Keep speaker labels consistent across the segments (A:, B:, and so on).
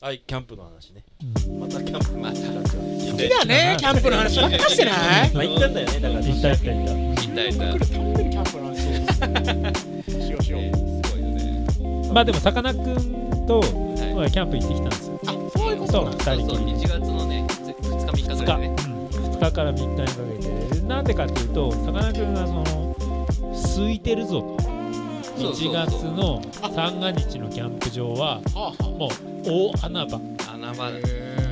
A: はい、キャンプの話ね。
B: うん
A: またキャンプの話になっちゃう。
C: 好
B: 好きだよねキャンプの話ばっかしてない
A: まあ、行ったんだよね、だから。
C: 行った行った行った
B: みんな来るたんびにキャンプの話をしようしよう
D: すごいよね。
C: まあでもさかなクンと、
D: はい
C: まあ、キャンプ行ってきたんですよ
B: あそういうこ
C: そ
B: と
C: う
B: なんだ
C: 2人
D: そう
C: き
D: そう、
C: り
D: 1月のね、2日、3日ぐらいでね。
C: 2日から3日にかけてなんでかっていうとさかなクンがその空いてるぞと
D: そうそうそ
C: 1
D: う
C: 月の三が日のキャンプ場は
B: はあは
C: もう大穴 場
D: 穴
B: あ
D: 場
B: へ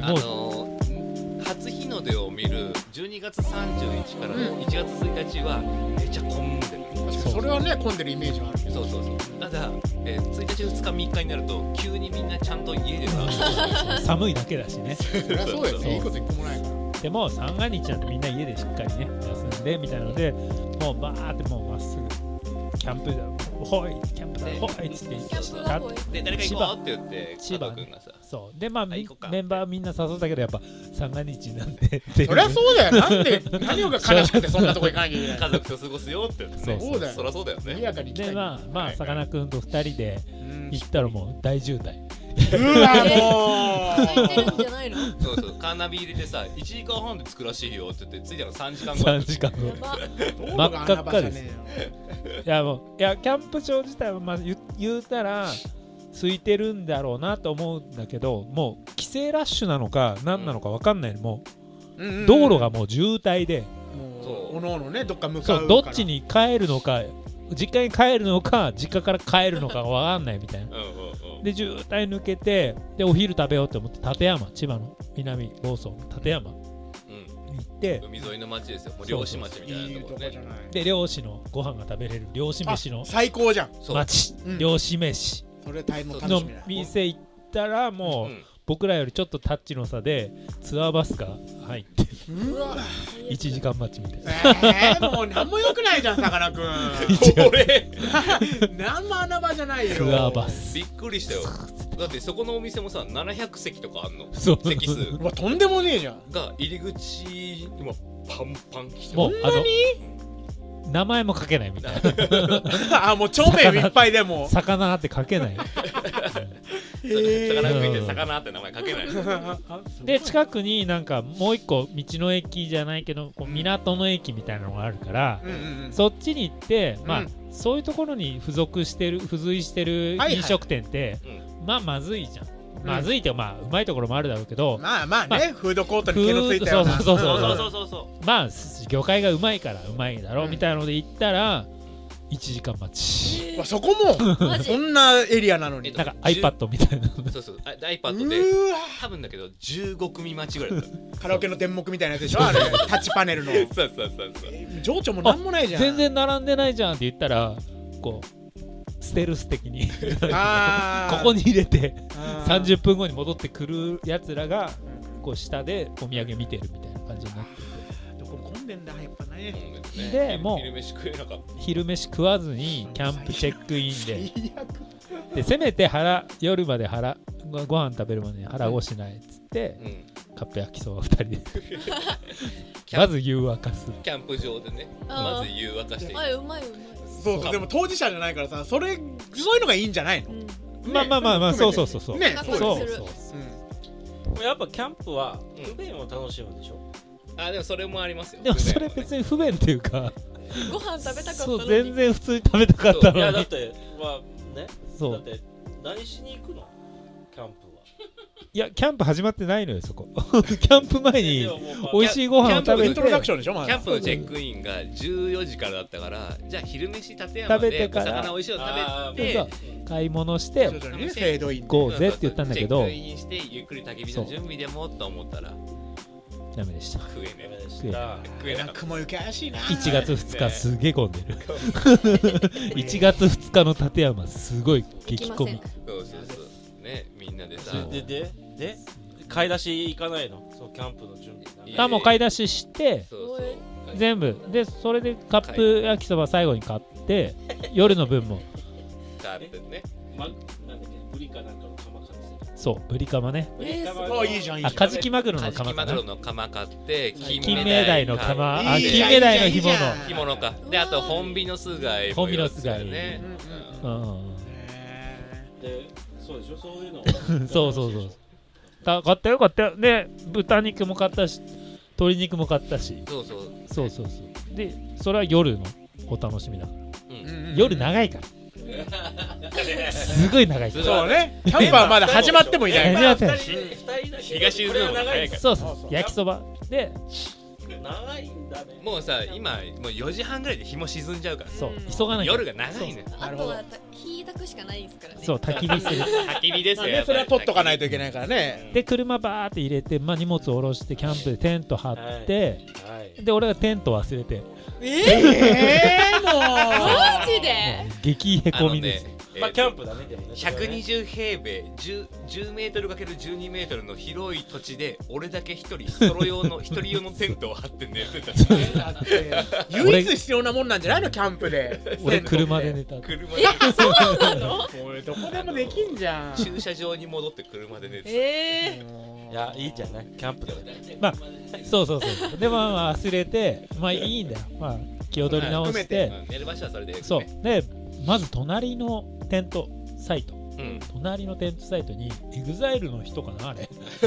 D: あのー初日の出を見る12月31日からの1月1日はめちゃ混んでる。
B: ー確かにそれはね混んでるイメージはあるけ
D: そ
B: ど
D: うそうそう。ただ、えー、1日、2日、3日になると急にみんなちゃんと家でさ、
C: 寒いだけだしね
B: そりゃそうよ
D: そう
B: ねいいこと一個もないから
C: でも三が日なんてみんな家でしっかりね休んでみたいなのでもうバーってもうまっすぐキャンプだほいキャンプだ
D: ね
C: ほいっつって行
D: キャンプ
C: か
D: だで誰か行こうって言って、
C: 千
D: 千
C: 葉
D: 葉君がさ、
C: そうでまあ、
D: あ行こうか
C: メンバーみんな誘ったけどやっぱ三が日なんでって
B: そりゃそうだよなんで何が悲しくてそんなとこ行かなきゃいけない
D: 家族と過ごすよって言ってね、
B: そうだよ
D: そりゃそうだよ
B: 賑
D: ね。
B: やかに行きたい
C: でまあまあさかなクンと二人で
B: うん
C: 行ったらもう大渋滞
B: うわも
E: 空
B: う
E: いてるんじゃないのや
D: そうそう、カーナビ入れてさ、1時間半で着くらしいよって言って、着いたの3時間後
C: 3時間後い
E: ば
C: 真っ赤っかですやもういやキャンプ場自体はまあ言う言うたら空いてるんだろうなと思うんだけどもう帰省ラッシュなのか何なのか分かんないもう道路がもう渋滞で
B: も
D: そう
B: うおのおのねどっか向かう
C: そうどっちに帰るのか実家に帰るのか実家から帰るのか分かんないみたいな
D: うんうんうん。
C: で渋滞抜けてでお昼食べようと思って立山千葉の南房総の立山行
D: う
C: って
D: ん、海沿いの町ですよ、もう
C: そう
D: 漁師町みたい
B: い
D: ないと
B: と
D: こ
B: こ
D: ろ
B: じゃ
D: ね。
B: ない
C: で漁師のご飯が食べれる漁師飯の
B: あ最高じゃん
D: そう
C: 町
B: うん
C: 漁師飯
B: それ大変楽
C: の
B: しみだ
C: 店行ったらも
D: う
C: うん僕らよりちょっとタッチの差でツアーバスが入って
B: うわ
C: 1時間待ちみたいな
B: えー、もう何も良く ないじゃんさかなクン
C: 一応
D: 俺
B: 何も穴場じゃないよ
C: ツアーバス
D: びっくりしたよだってそこのお店もさ700席とかあんの
C: そう
D: 席数
B: うわとんでもねえじゃん
D: が入り口にもパンパン来て
C: もう
D: る
C: あの名前も書けないみたいな
B: あもう超名いっぱいでも
C: 魚って書けない
D: 魚
C: ー
D: 食いて魚って名前か けない
C: で近くになんかもう一個道の駅じゃないけどこう港の駅みたいなのがあるから、
B: うんうんうん
C: そっちに行って、まあ
B: うん
C: そういうところに付属してる付随してる
B: はいはい
C: 飲食店って、まあまずいじゃん、まずいってまあうまいところもあるだろうけど、
B: まあまあね、
C: まあ
B: フードコートに毛のついたような
C: フードそう
D: そ
C: そ
D: うそううそうそ
C: まあす魚介がうまいからうまいだろう
B: うん
C: みたいなので行ったら1時間待ち、
B: うわそこも
E: マ
B: そ
E: ジ
B: んなエリアなの
D: え
B: に
D: っ
B: う
D: と
C: なんか iPad みたいなの
D: うそうそうあで
B: ー
D: iPad で
B: わ
D: 多分だけど15組待ちぐらいだった
B: カラオケの電目みたいなやつでしょあれタッチパネルの
D: そうそうそうそう
B: 情緒もなんもないじゃん
C: 全然並んでないじゃんって言ったらこうステルス的に
B: あ
C: ここ
B: に
C: に入れて30分後に戻ってくるやつらがこう下でお土産見てるみたいな感じになって
B: どこも混んでんだやっぱね
D: ね
C: でもう
D: 昼飯食えなかった
C: 昼飯食わずにキャンプチェックインで
B: 最悪
C: でせめて腹夜まで腹ごご飯食べるまでに腹ごしないっつって
D: うん
C: カップ焼きそば2人でまず湯沸かす
D: キャンプ場でね
E: あー
D: まず湯沸かして
E: あうまいうまい
B: そうそうでも当事者じゃないからさそれそういうのがいいんじゃないの
E: うん
C: まあまあまあまあ
B: ね
C: そうそうそうそう
B: ね
E: そう
C: そう
B: よ
C: そ
E: そうう
C: そ
E: そうう
A: やっぱキャンプは
D: うん
A: 不便を楽しむんでしょ。
D: あでもそれもありますよ
C: でもそれ別に不便っていうか
E: ご飯食べたかった
C: そ
E: の
C: う
E: に
C: 全然普通に食べたかった
A: いや
C: の
A: だっ
C: に
A: てまあね、
C: そ
A: だっ
C: う
A: て何しに行くの？キャンプは。
C: いやキャンプ始まってないのよそこ キャンプ前
A: で
C: に
A: ももうまあ
C: 美味しいご飯を食
B: イ
C: べ
B: ントロダク
C: て
B: ションでしょま
D: キャ
B: だ
D: ンプのチェックインが14時からだったからじゃあ昼飯立山
C: 食べて
D: でお
C: から
D: 魚美味しいの食べて
C: そう買い物して
B: 徐々にねフェードイン
C: ゴーぜって言ったんだけど
D: チェックインしてゆっくり焚き火の準備でもと思ったら
C: ダメでした
D: 食え
A: ダメ
D: ね
A: でした。
D: え食えなかっ
B: 雲行き怪しいな
C: 1月2日
D: ね
C: すげえ混んでる1月2日の立山すごい
E: 行き
C: 激
E: ま
C: 混
E: せん
C: み
D: たそうそうそうねみんなでさ
C: そう
A: ででで買い出し行かないの？そのキャンプの準備。
C: あもう買い出しして
D: そうそう
C: 全部でそれでカップ焼きそば最後に買って夜の分も
D: だってね
A: まなんだっけブリかなんかの釜買ってた。
C: そうブリカマね
E: えーす
B: ごいあいいじゃんいいじゃ
C: あ
B: ん
C: カジキマグロ
D: カ
C: の
D: ジキ
C: 釜
D: マ
C: かな
D: グロの釜買って
C: 金目鯛の釜あ
B: い
C: 金
B: いじゃん
C: 目鯛の干
B: いいじゃんいいじ
C: 物
B: ゃん
D: 干物かであと本火の巣貝
C: ホンビノス貝
D: ね
B: うんうん
C: うんうん
B: へ
A: でそうでしょそういうのを
C: うんそうそうそうた買ったよ買ったよで豚肉も買ったし鶏肉も買ったし
D: そうそう
C: そうそうそうでそれは夜のお楽しみだ、
D: うん
C: 夜長いからすごい長いか
D: ず
C: ら
D: っ
B: そうね。キャンプはまだ始まってもいない。
C: 始まってない
D: 東伊豆の方が早いか
C: そうそう
B: そうそう
C: 焼きそばで
A: 長いんだね
D: もうさ今もう4時半ぐらいで日も沈んじゃうか
C: そう
E: うん
C: 急がなき
D: ら
C: ゃ
D: 夜が長いね
E: あとは火炊くしかないですからね
C: そう焚き火する
D: 焚き火ですよ、
B: ね、それは取っとかないといけ
D: い
B: ないからね。
C: で車バーって入れて、まあ、荷物を下ろしてキャンプでテント張って、
A: はい
C: で俺がテント忘れて
E: え
B: ええも
E: マジで
C: 激へ
D: あ
C: こ
D: の
C: みで
D: ね
C: す、
D: えー
A: まあキャンプだねでもね
D: 120平米 10, 10メートル ×12 メートルの広い土地で俺だけ一人ソロ用の一人用のテントを張って寝てた
B: う。だって唯一必要なもんなんじゃないのキャンプで。
C: 俺車で寝た
D: 車で
E: えそうなの
B: 俺どこでもできんじゃん。
D: 駐車場に戻って車で寝てた
E: ええ
A: いやいいじゃないキャンプだから
C: まあ そうそうそうでまあまあ忘れてまあいいんだよ、まあ、気を取り直し
D: う
C: て
D: ん寝る場所はそれでよくね
C: そうでまず隣のテントサイト
D: うん
C: 隣のテントサイトに EXILE の人かなあれなんか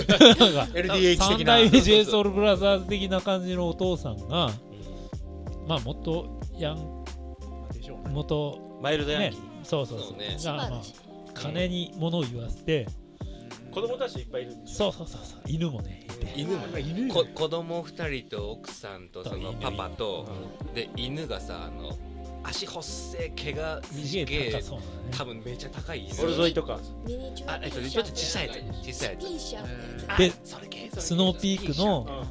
B: LDH
C: 三
B: 的な。
C: 代目 JSOULBROTHERS 的な感じのお父さんがまあ元ヤン元
A: マイルドヤン
C: ね
A: キー、
C: そうそう
D: そ
C: そう
D: うね
C: がまあ金に物を言わせて、
A: 子供たちいっぱいいる
C: そうそうそうそう犬もねいて
D: 犬も
B: 犬
D: こ子供二人と奥さんとその
C: 犬
D: パパとで犬がさあの足ほっせ毛が
C: すげ
D: 短
C: え高
D: い
C: そうな
D: 多
C: ね
D: 分めっちゃ高い犬
A: 俺沿いとか
E: ミニチュア
D: あえっとちょっと小さいやつ小さいやつ
E: ピーシャー
D: あ
C: で
D: それ系それ系
C: スノーピークの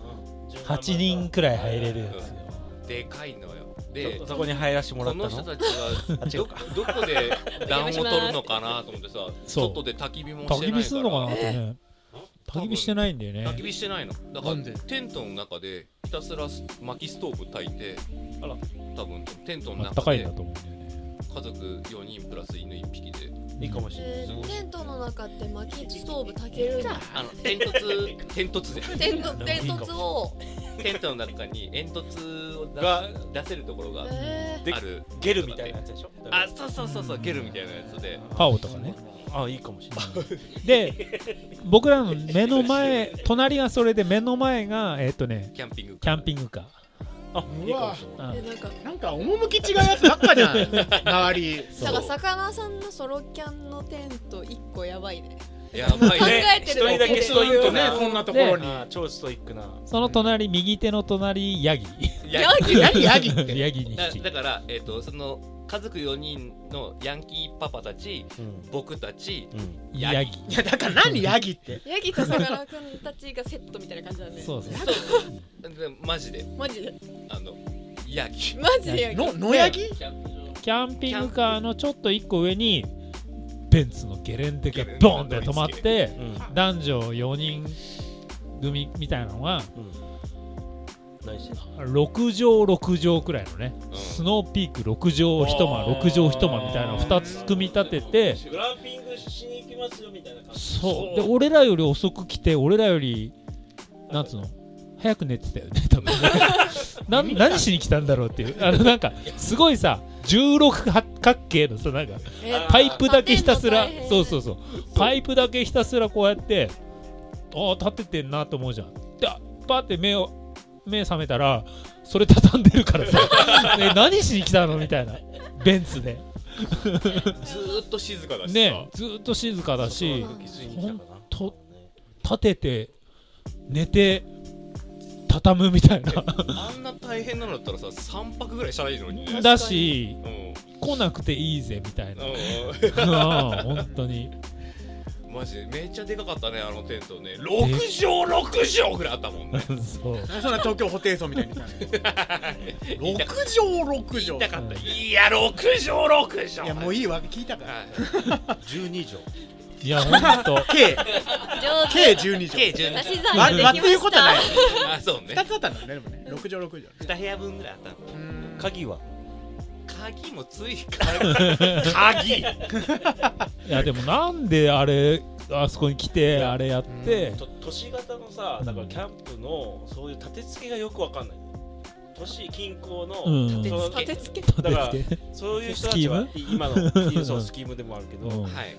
C: 8人くらい入れるやつよ
D: でかいのよで
A: そこに入らせてもら
D: こ
A: った
D: の
A: の
D: 人たちはどどこで暖を取るのかなと思ってさ
C: そう
D: 外で焚き火もしてないか
C: 焚
D: ら
C: き火するのかなってね
D: 多
C: 焚
D: 分
C: き火してないんだよね
D: 焚き火してないのだか
B: なんで
D: らテントの中でひたすら薪ストーブ焚いて
A: あら
D: 多分テントの
C: まあ
D: 中
C: 高いん
D: で
C: だと思うんだよね
D: 家族4人プラス犬1匹で
A: いいかもしれない
E: えーテントの中って薪ストーブ炊けるんだ
D: あの煙突 煙突で
E: テントテントツを
D: テントの中に煙突を出
A: が
D: 出せるところが
E: え
A: で
D: ある
A: ゲルみたいなやつでしょ
D: あそうそうそうそうゲルみたいなやつで
C: パオとかね
A: あいいかもしれない
C: で僕らの目の前隣がそれで目の前がえっとね
D: キャンピング
C: キャンピングカー
A: あいいかもし
C: う
E: ーえ
C: ん
E: なんか
B: なんか趣違うやつばっかじゃん。周り。
E: だから魚さんのソロキャンのテント一個やばいね
D: やばい
A: れ
E: 考
A: ない
D: ね
E: えてるだけ
A: ね一人だ
E: で
A: けストイック
B: と
A: な
B: ね、そんなところに。
A: あー超ストイックな
C: その隣右手の隣ヤギ
D: や
E: ヤギ
B: ヤギヤギっ て。
C: ヤギに
D: だ
C: 匹
D: だから、えっとその家族4人のヤンキーパパたち
A: うん
D: 僕たち
A: うん
C: ヤギ
B: いやだから何ヤギって。
E: ヤギと魚くんたちがセットみたいな感じだね
C: そうそう
D: でマジで
E: マジで
D: あのヤギ
E: マジでヤギ
B: の野ヤギ？
C: キャンピングカーのちょっと一個上にベンツのゲレンデがボンって止まって
A: うん
C: 男女4人組みたいなのが
A: 何してんの
C: 6畳6畳くらいのね、
D: うん
C: スノーピーク6畳一間6畳一間みたいなの2つ組み立てて
A: グランピングしに行きますよみたいな感
C: そうで俺らより遅く来て俺らよりなんつうの早く寝てたよね多分ね な何しに来たんだろうっていうあのなんかすごいさ16角形のさなんか
E: え
C: パイプだけひたすら
E: 立てんの大変
C: そうそうそうパイプだけひたすらこうやってああ立ててんなと思うじゃんであパって目を目覚めたらそれ畳んでるからさね何しに来たのみたいなベンツで
D: ずーっと静かだしさ、
C: ねずーっと静かだしほんと立てて寝て畳むみたいな
D: あんな大変なのだったらさ3泊ぐらいしたらいいのにね
C: だし
D: うんうん
C: 来なくていいぜみたいな
D: う
C: ああ本当に
D: んマジでめっちゃでかかったねあのテントね6畳6畳ぐらいあったもんね
C: そう
B: そんな東京ホテイソンみたいにさ。
D: 言いた
B: 六畳六畳。
D: かったいや6畳6畳
B: いやもういいわ聞いたから。
D: はい
A: 12畳
C: いや本当
B: 計
E: 上手
B: 計十二
D: 計
B: 畳。
D: 12畳
E: 足し算
B: 割
E: でで
B: 割
E: き
B: っていう
E: ま
B: こ
E: し
B: とはない
E: た
B: よ。
D: あそうね
B: 二つあったんだねでもね。六畳六
D: 2
B: 畳。
D: 部屋分ぐらいあったの
B: うーん
A: 鍵は
D: 鍵もつい鍵鍵
C: いやでもなんであれあそこに来てあれやって
A: と都市型のさだからキャンプのそういう立て付けがよくわかんない都市近郊
C: うん
A: のその
E: 立て付け
C: 立てつけ
A: そういう人たちはい今のそうスキームでもあるけど、
C: うん
D: はい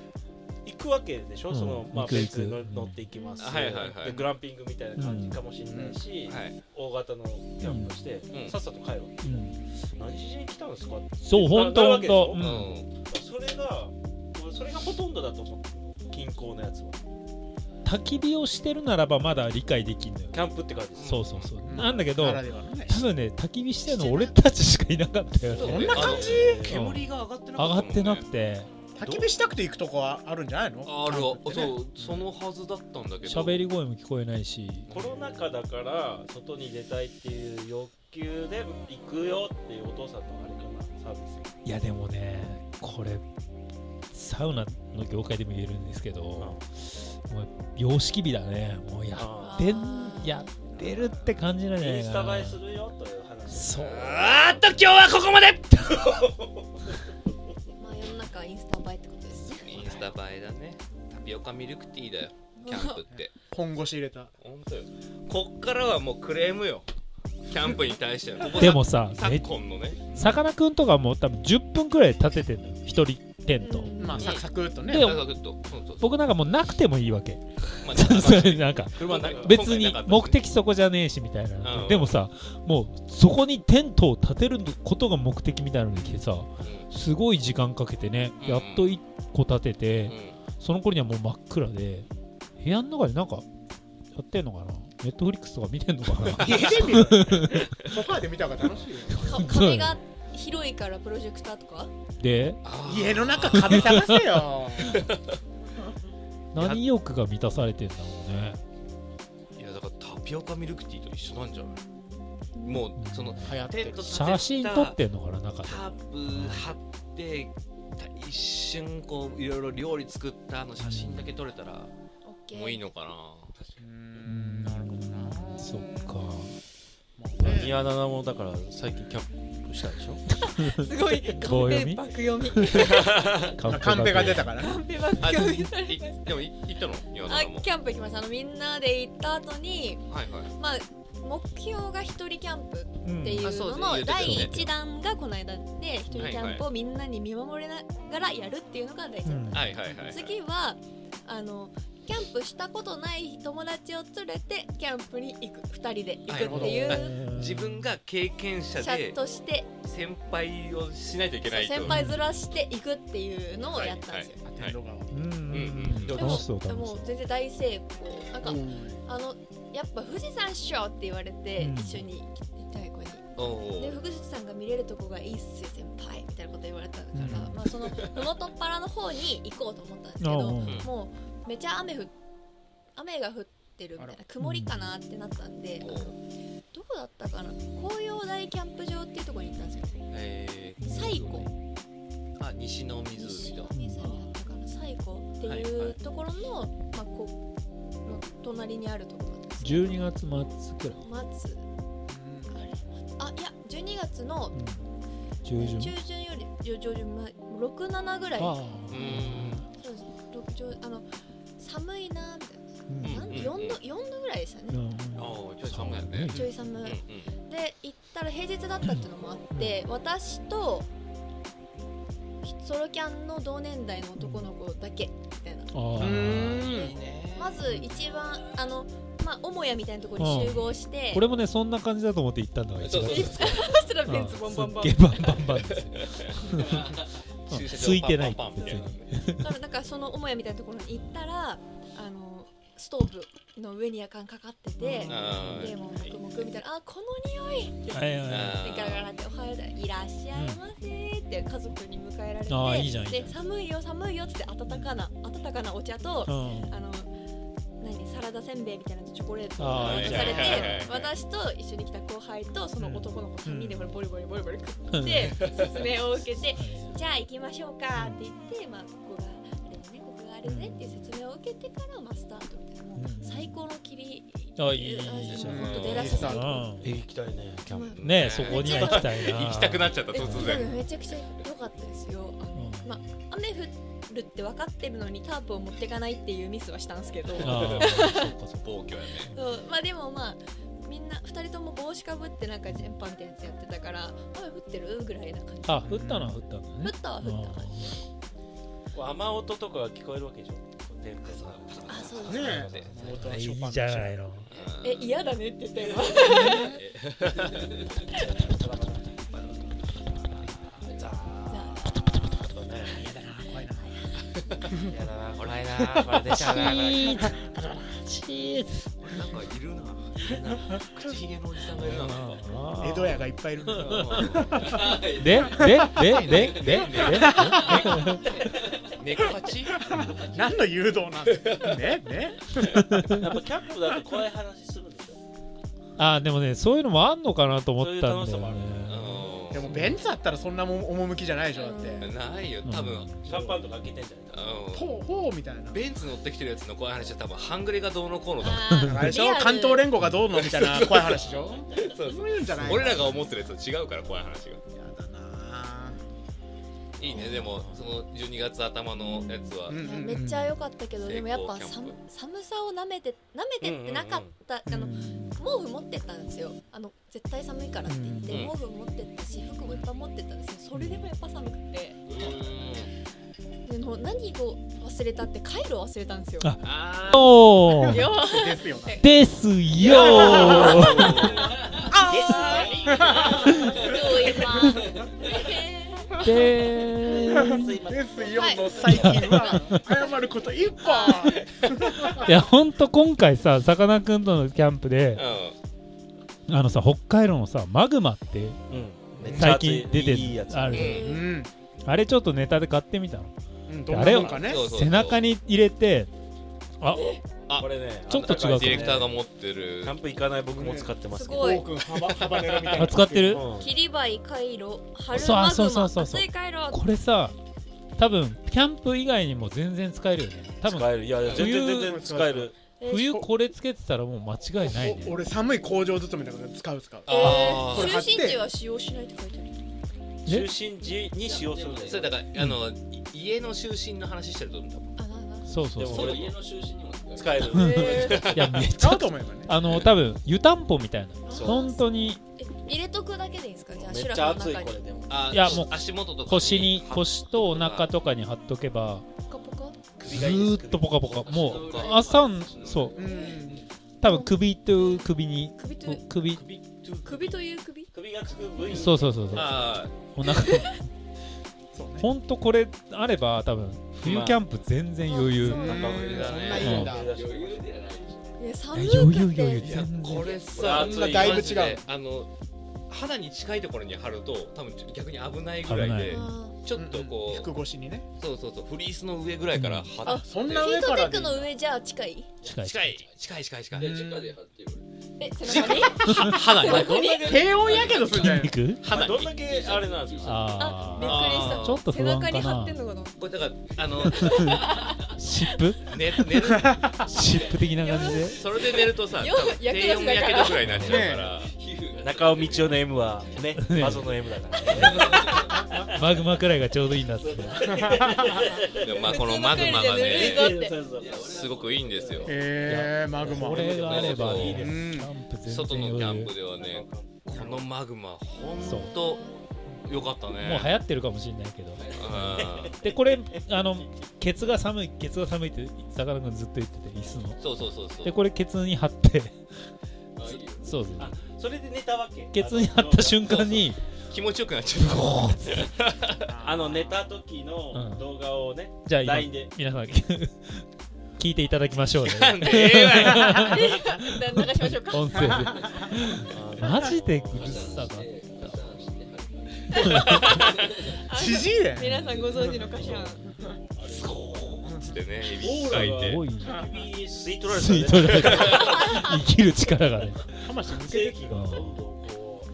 A: いくくわけでしょ、
C: うん
A: そのまあ
C: 行く行く
A: 別の乗っていきます、
D: はいはいはい
A: でグランピングみたいな感じかもしれないし、
D: はい
A: 大型のキャンプして、
D: うん
A: さっさと帰るわけ、
C: うん
A: 何しに来たんですかって
C: そう本
A: なる
C: 当
A: わ
C: 本
A: けでし
C: 当
A: ょ
C: う
D: うんん
A: それが俺それがほとんどだと思ってる近郊のやつは
C: 焚き火をしてるならばまだ理解できんのよ
A: キャンプって感じです
C: そうそうそうなんだけど
B: ならではのね
C: 多分ね焚き火してるの俺たちしかいなかったよ
D: そう
C: ね
B: こんな感じ
A: あの
D: 煙が上がってなか
C: 上が
D: ったも
C: っ
D: んね
C: てなくて
B: 焚き火したくて行くとこはあるんじゃないの
D: あるわ
B: キャンプってね
D: そうそのはずだったんだけど
C: 喋り声も聞こえないし
A: コロナ禍だから外に出たいっていう欲求で行くよっていうお父さんのあれかなサービス
C: いやでもねこれサウナの業界でも言えるんですけどもう様式美だねもうやっ
A: あ
C: てん
E: あー
C: やってるって感じなんじゃ
A: ー
C: な
A: イ
C: い
A: ンス
C: か
A: タ
C: な
A: 映えするよという話
C: そう
D: あーっと今日はここまで
E: まあ世の中はインスタ映えってことですね
D: インスタ映えだねタピオカミルクティーだよキャンプって
B: 本腰入れた
D: 本当よこっからはもうクレームよキャンプに対してはここさ
C: でもさめ
D: 昨今のね
C: さかなクンとかもう多分10分くらい立ててんのよ一人テント
E: うん
B: まあサクサクっとね
C: で
D: サクサクっとそうそうそう
C: 僕なんかもうなくてもいいわ け
D: まあ
C: それなんか
D: 車な
C: 別に
D: 今回なかったね
C: 目的そこじゃねえしみたいな、
D: うん
C: でもさもうそこにテントを建てることが目的みたいなのに来てさ
D: うん
C: すごい時間かけてね
D: うん
C: やっと1個建てて、
D: うん
C: その頃にはもう真っ暗で部屋の中でなんかやってんのかなネットフリックスとか見てんのか な
B: 見てみるソファーで見た方が楽しいよ
E: か壁が広いからプロジェクターとか
C: で
D: あー
B: 家の中壁探せよ
C: 何欲が満たされてんだろうね
D: いやだからタピオカミルクティーと一緒なんじゃないもうその
B: 流行って
D: テン
B: る
D: ト立てた
C: 写真撮ってんのかな中で
D: タープ貼って一瞬こういろいろ料理作ったあの写真だけ撮れたら
E: オッケー
D: もういいのかな
B: うーんなるほどな
C: そっか
B: まあね
A: 宮七もだから最近キャンプしたでしょ
E: すごい
C: 棒
E: カン
C: 読
E: ペ
C: み
E: 爆読み
C: カ
B: カンペが出たからね
E: カンペ爆
D: あでも
E: 読
D: い
E: みされまし
D: でもい行ったの岩
E: たあ
D: 田も
E: キャンプ行きましたあのみんなで行った後に
D: はいはい
E: まあ目標が一人キャンプっ
C: うん
E: ていう
D: あそう
E: の
D: ね
E: の
D: 言ってたよ
E: 第
D: ね
E: 1弾がこの間で一人キャンプをみんなに見守りながらやるっていうのが第1弾
C: うん
D: はいはいはい
E: 次はあのキャンプしたことない友達を連れてキャンプに行く2人で行くってい
D: は
E: う
D: 自分が経験者
E: 者
D: で
E: として
D: 先輩をしないといけないと
E: 先輩ずらして行くっていうのをやったんですよ、
D: はいは
B: 天
D: い
B: 井川
C: うんうんうん
D: でも
E: で
C: 楽
E: も
C: しそう楽し
E: も
C: そう
E: 全然大成功なんか、
B: うん
E: あのやっぱ富士山っしょって言われて、
C: うん
E: 一緒に行きたい子に
D: お
E: で
D: ー
E: 富士山が見れるとこがいいっすよ先輩みたいなこと言われたから、
C: うん
E: まあその麓っ腹の方に行こうと思ったんですけ
C: あ
E: ど、
C: うん
E: もうめちゃ雨降っ雨が降ってるみたい
B: あ
E: な曇りかなってなったんで、
D: お
E: あの
D: ー
E: どこだったかな紅葉台キャンプ場っていうところに行ったんですよね
D: えー
E: 西湖
D: あ西の
E: 西
D: 湖
E: の
D: だ
E: 湖だったかな西湖って
D: はい
E: い
D: は
E: う
D: い
E: ところの,、まあ、こうの隣にあるところだったんですけ
C: 12月末くらい
E: ど松あれ松あいや12月の
C: うん中
E: 中
C: 旬
E: 旬より上上旬前67ぐらい
C: あ
D: うーん
E: そうです六上あの寒いなみたいな
C: ーうん
D: うん
E: なん4度四度ぐらいでした
D: あ
E: ね、
C: うん
D: ーちょい寒いよね
E: ちょい寒い、
D: うん
E: で行ったら平日だったっていうのもあって、私とソロキャンの同年代の男の子だけみたいな
C: あ
B: う
C: ー
D: うん
B: ん
D: いいね
E: まず一番あのまあ母屋みたいなところに集合して、
C: これもねそんな感じだと思って行ったんだから
D: そうそう
C: 1月
E: そしたら
C: うん
E: ベンツボンボンボン
C: すっげえバンバンバンですよ
D: 駐車場
C: 空いてない
D: パンパンパンみたいな
E: だからなんかその母屋みたいなところに行ったらあのストーブの上に夜間かかってて、
D: あー
E: でもう黙々みたいな「あこの匂い!」って
C: はいはいはい
E: でガラガラって「おはようだいらっしゃいませ」って家族に迎えられて、
C: あーいいじゃんいいじゃん
E: で寒いよ寒いよっつって温かな温かなお茶と、
C: うん
E: あの何サラダせんべいみたいなチョコレート
C: あ
E: を
C: ー
E: 渡され
D: はいはいはいは
E: て
D: い
E: 私と一緒に来た後輩とその男の子3人で
C: うん
E: これボリボリボリボリ食って説明を受けて「じゃあ行きましょうか」って言って、まあ、ここがあれねここがあれねっていう説明を受けてから、まあ、スタートみたいなもう
C: うん
E: 最高の切り
C: あいいじゃん
E: 本当出だし
B: うん
E: 最高
C: うん
A: え行きたいねキャンプ
C: ねえそこには行きたいな
D: 行きたくなっちゃった
E: え
D: 突然
E: めちゃくちゃ良かったですよあの
C: うん
E: まあ、雨降るって分かってるのにタープを持ってかないっていうミスはしたんですけど
C: あ
D: 暴挙やね
E: そうまあでもまあみんな2人とも帽子かぶってなんかジーパンってやつやってたから「雨降ってる?」ぐらいな感じ
C: あ降ったのは降ったんだ
E: 降
C: ね
E: ったは降った は
A: 雨音とかが聞こえるわけでしょてる
D: そうパサパサ
E: あそうです
B: ね
D: って
B: モータ
C: い
B: ーショパン
C: い
B: の
C: じゃないの
E: え嫌だねって言っ たよ
D: やだなこれなこれ出ちゃうなこれ
B: チーズ
D: なんかいるな口ひげのおじさんがいるななんか
B: 江戸屋がいっぱいいるんだよ
C: でででででで
D: 猫八
B: 何の誘導なんだねね
A: やっぱキャップだと怖い話するんですよ
C: あでもねそういうのもあんのかなと思ったん
A: そ
C: だ
A: うい
C: よ
A: う楽しさもある
C: ね
B: でもベンツだったらそんなもん趣じゃないでしょだって
D: ないよ多分
A: シャンパンとか開けてんじゃないか
D: う
B: ほうほうみたいなん
D: ベンツ乗ってきてるやつの怖い話は多分半グレがどうのこうのとか
B: あれでしょ関東連合がどうのみたいな怖い話でしょ
D: そう
B: そういうんじゃない
D: 俺らが思ってるやつと違うから怖い話が
B: やだない
D: いねでもその12月頭のやつは
B: ぁうんうんうん
E: めっちゃ良かったけどでもやっぱ
D: 成功
E: 寒
D: キャン
E: 寒さをなめてなめてってなかった、あの毛布持ってったんですよあの絶対寒いからって言って、
D: うん
E: 毛布持ってったし服もいっぱい持ってったんですよそれでもやっぱ寒くてでも何を忘れたってカイロ忘れたんですよ
C: あ
D: あー
C: おー
E: よ
B: ですよな
C: ですよー
E: ー今
C: で
B: ですよの最近は謝ること一本
C: いやほんと今回ささかなクンとのキャンプで
D: う
C: あのさ北海道のさマグマって
A: うん
C: 最近出て
A: いいやつ
C: ある
E: う
B: うんん
C: あれちょっとネタで買ってみたの
B: うんどんなもんかね
D: んそうそうそう
C: 背中に入れてあ
D: あ
A: これね
C: ちょっと違うかも
D: ディレクターが持って
A: キ
D: る
A: ャンプ行かない僕も使ってますけど
E: すごい
B: ゴーくん幅幅狙いみたい
C: あ
B: な
C: 使ってる
A: うん
E: キリバイカイロ春
C: そう
E: マグ
C: そう
E: マ
C: そうそうそう
E: 熱いカイロ
C: これさ多分キャンプ以外にも全然使えるよね多分
A: 使えるいやいや全然全然使える
E: えー
C: 冬これつけてたらもう間違いない
B: お
C: ね
B: 俺寒い工場勤めだから使う使う
D: あ
E: え
D: ー
E: ー、
B: これ貼
E: 中
B: って
E: 心地は使用しないって書いてある
A: 中心時に使用するんだよ
D: それだからあのい家の就寝の話してると思うんだもん
E: あなんだ
C: そうそう
A: でも
C: そ
D: そうう
A: 家
D: 家の就寝にも
A: 使える
E: えー
C: いやめち
B: 使
C: ゃ
B: うと思えばね
C: あの多分湯たんぽみたいな
A: そう
C: 本当に
E: え入れとくだけでいいんですかじゃあ
A: め
E: シュ
A: っ
E: ラ
A: ちゃ
E: フの
A: 熱い
E: 中
A: これ
E: に
A: でも
D: あ
C: いやもう
D: 足元とか
C: 腰に腰とお腹とかに貼っとけば
E: ポカポカ
C: ずーっとポカポカもう
D: 首
C: 朝そう
B: うん
C: 多分首と首に
E: 首と
C: 首
A: 首と
E: 首という首
A: 首がつく部位
C: そうそうそうそう
D: あ
C: お腹
B: そうね
C: ほんとこれあれば多分冬キャンプ全然余裕
E: ま
B: うん
E: あ
B: そ
E: そ
B: ん
E: う
B: ないいんだ
E: いや
C: い
E: 寒い
C: や
E: く
C: 余裕
E: て
C: 余裕
D: ーいや
C: 全然
D: これ
A: これ
D: さ
A: 熱い
B: だいぶ違う
D: マジであの肌に近いところに貼ると多分逆に危ないぐらい
C: 危
D: で
E: あ
D: ちょっとこ
B: 服越しにね
D: うそうそうそうフリースの上ぐらいから貼っ
E: あ
D: て
B: そん
E: ー
B: な
E: ヒ
B: 上
E: ート
B: か
E: テ
B: ら
E: ックの上じゃあ近い
C: 近い
D: 近い近い近い近い
B: うん
E: え背中に
D: 肌に
E: ここに
B: 低温やけどするんじ ゃない
C: 肉
D: 肌
A: どん
D: に
A: だけあれなんですか
C: あ
E: あびっく
C: あ
E: りし
D: あ
E: た
D: ー
C: ちょっと
E: 背
C: 不安
E: 中に
C: か
E: 貼っ
C: な
E: てんのかな
D: これだから あの
C: 湿布
D: 寝寝る
C: 湿布的な感じで
D: それで寝るとさ
E: よ
D: 多分
E: 役
D: 低
E: 立
D: 温
E: つだ
D: や
E: か
D: け
E: ら
D: どぐらいになっちゃうから
A: 中尾道夫の M は ね謎の M だから
C: マグマくらいがちょうどいいんだって
D: でもまあこのマグマがね
E: 普通のカイロじゃぬるいぞっ
D: すごくいいんですよ
B: へえマグマ
C: これがあれば
D: いい
C: ねキ
D: で
B: す
C: ャンプ全然
D: 外のキ
C: 余裕
D: ャンプではねこのマグマほん
C: そう
D: とよかったね
C: もう流行ってるかもしれないけど
D: うん
C: でこれあのケツが寒いケツが寒いってさかなクンずっと言ってて椅子の
D: そうそうそうそう
C: でこれケツに貼ってそうそう
A: あそれで寝たわけ
C: ケツに貼った瞬間に
D: 気持ちよくなっちゃう
A: あの寝た時の動画をね
C: じゃあ今
A: LINE で
C: 皆さん 聞いていただきましょうね
D: なんでええわよ
E: て流しましょうか
C: 音声でマジでうるさが
B: じじいだよね
E: 皆さんご存知のかしら
D: つってねエビ書い
C: す
D: て
C: ごい
A: 首吸い取られた
C: 吸い取られた生きる力がね
B: 魂抜け
A: 正
B: て
A: 規がちょっとこ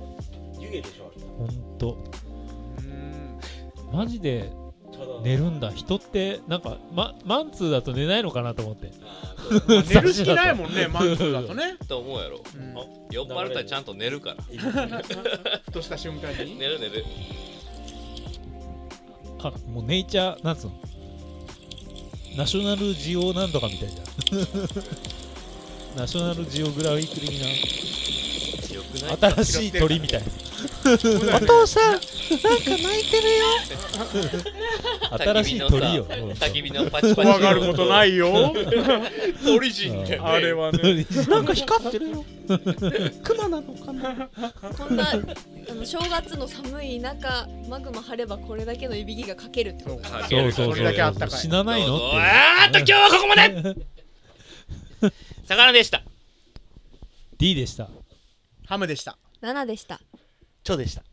A: う湯気でしょ
C: ほんと
B: うん
C: マジで
A: ただ
C: 寝るんだ人ってなんか、ま、マンツーだと寝ないのかなと思って
B: 寝る気ないもん ねマンツーだとね
D: と思うやろ
B: うん
A: あ
D: 酔っ払ったらちゃんと寝るから
B: ふとした瞬間に
D: 寝る寝る
C: あもうネイチャーなんつうのナショナルジオなんとかみたいじゃん ナショナルジオグラフィック的な
D: よくない
C: 新しい鳥みたいな
B: お
C: 父さんなんか泣いてるよ新しい鳥よ。うん
D: 焚き火のパチパチ
B: 怖がることないいよ。
D: 鳥人だよね
B: あれはね。
C: 鳥
A: なんか光ってるよ。クマなのかな。
E: こんなあの正月の寒い中マグマ張ればこれだけのいびきがかけるってことです
C: そ
D: あ
C: うそう
B: そ
C: そ
B: れだけあったか
C: う。
B: い
C: 死なないのって
D: どう
C: い
D: ぞ
C: う
D: あーっと今日はここまで 魚でした
C: D でした。
B: ハムでした。
E: 7でした
F: チョでした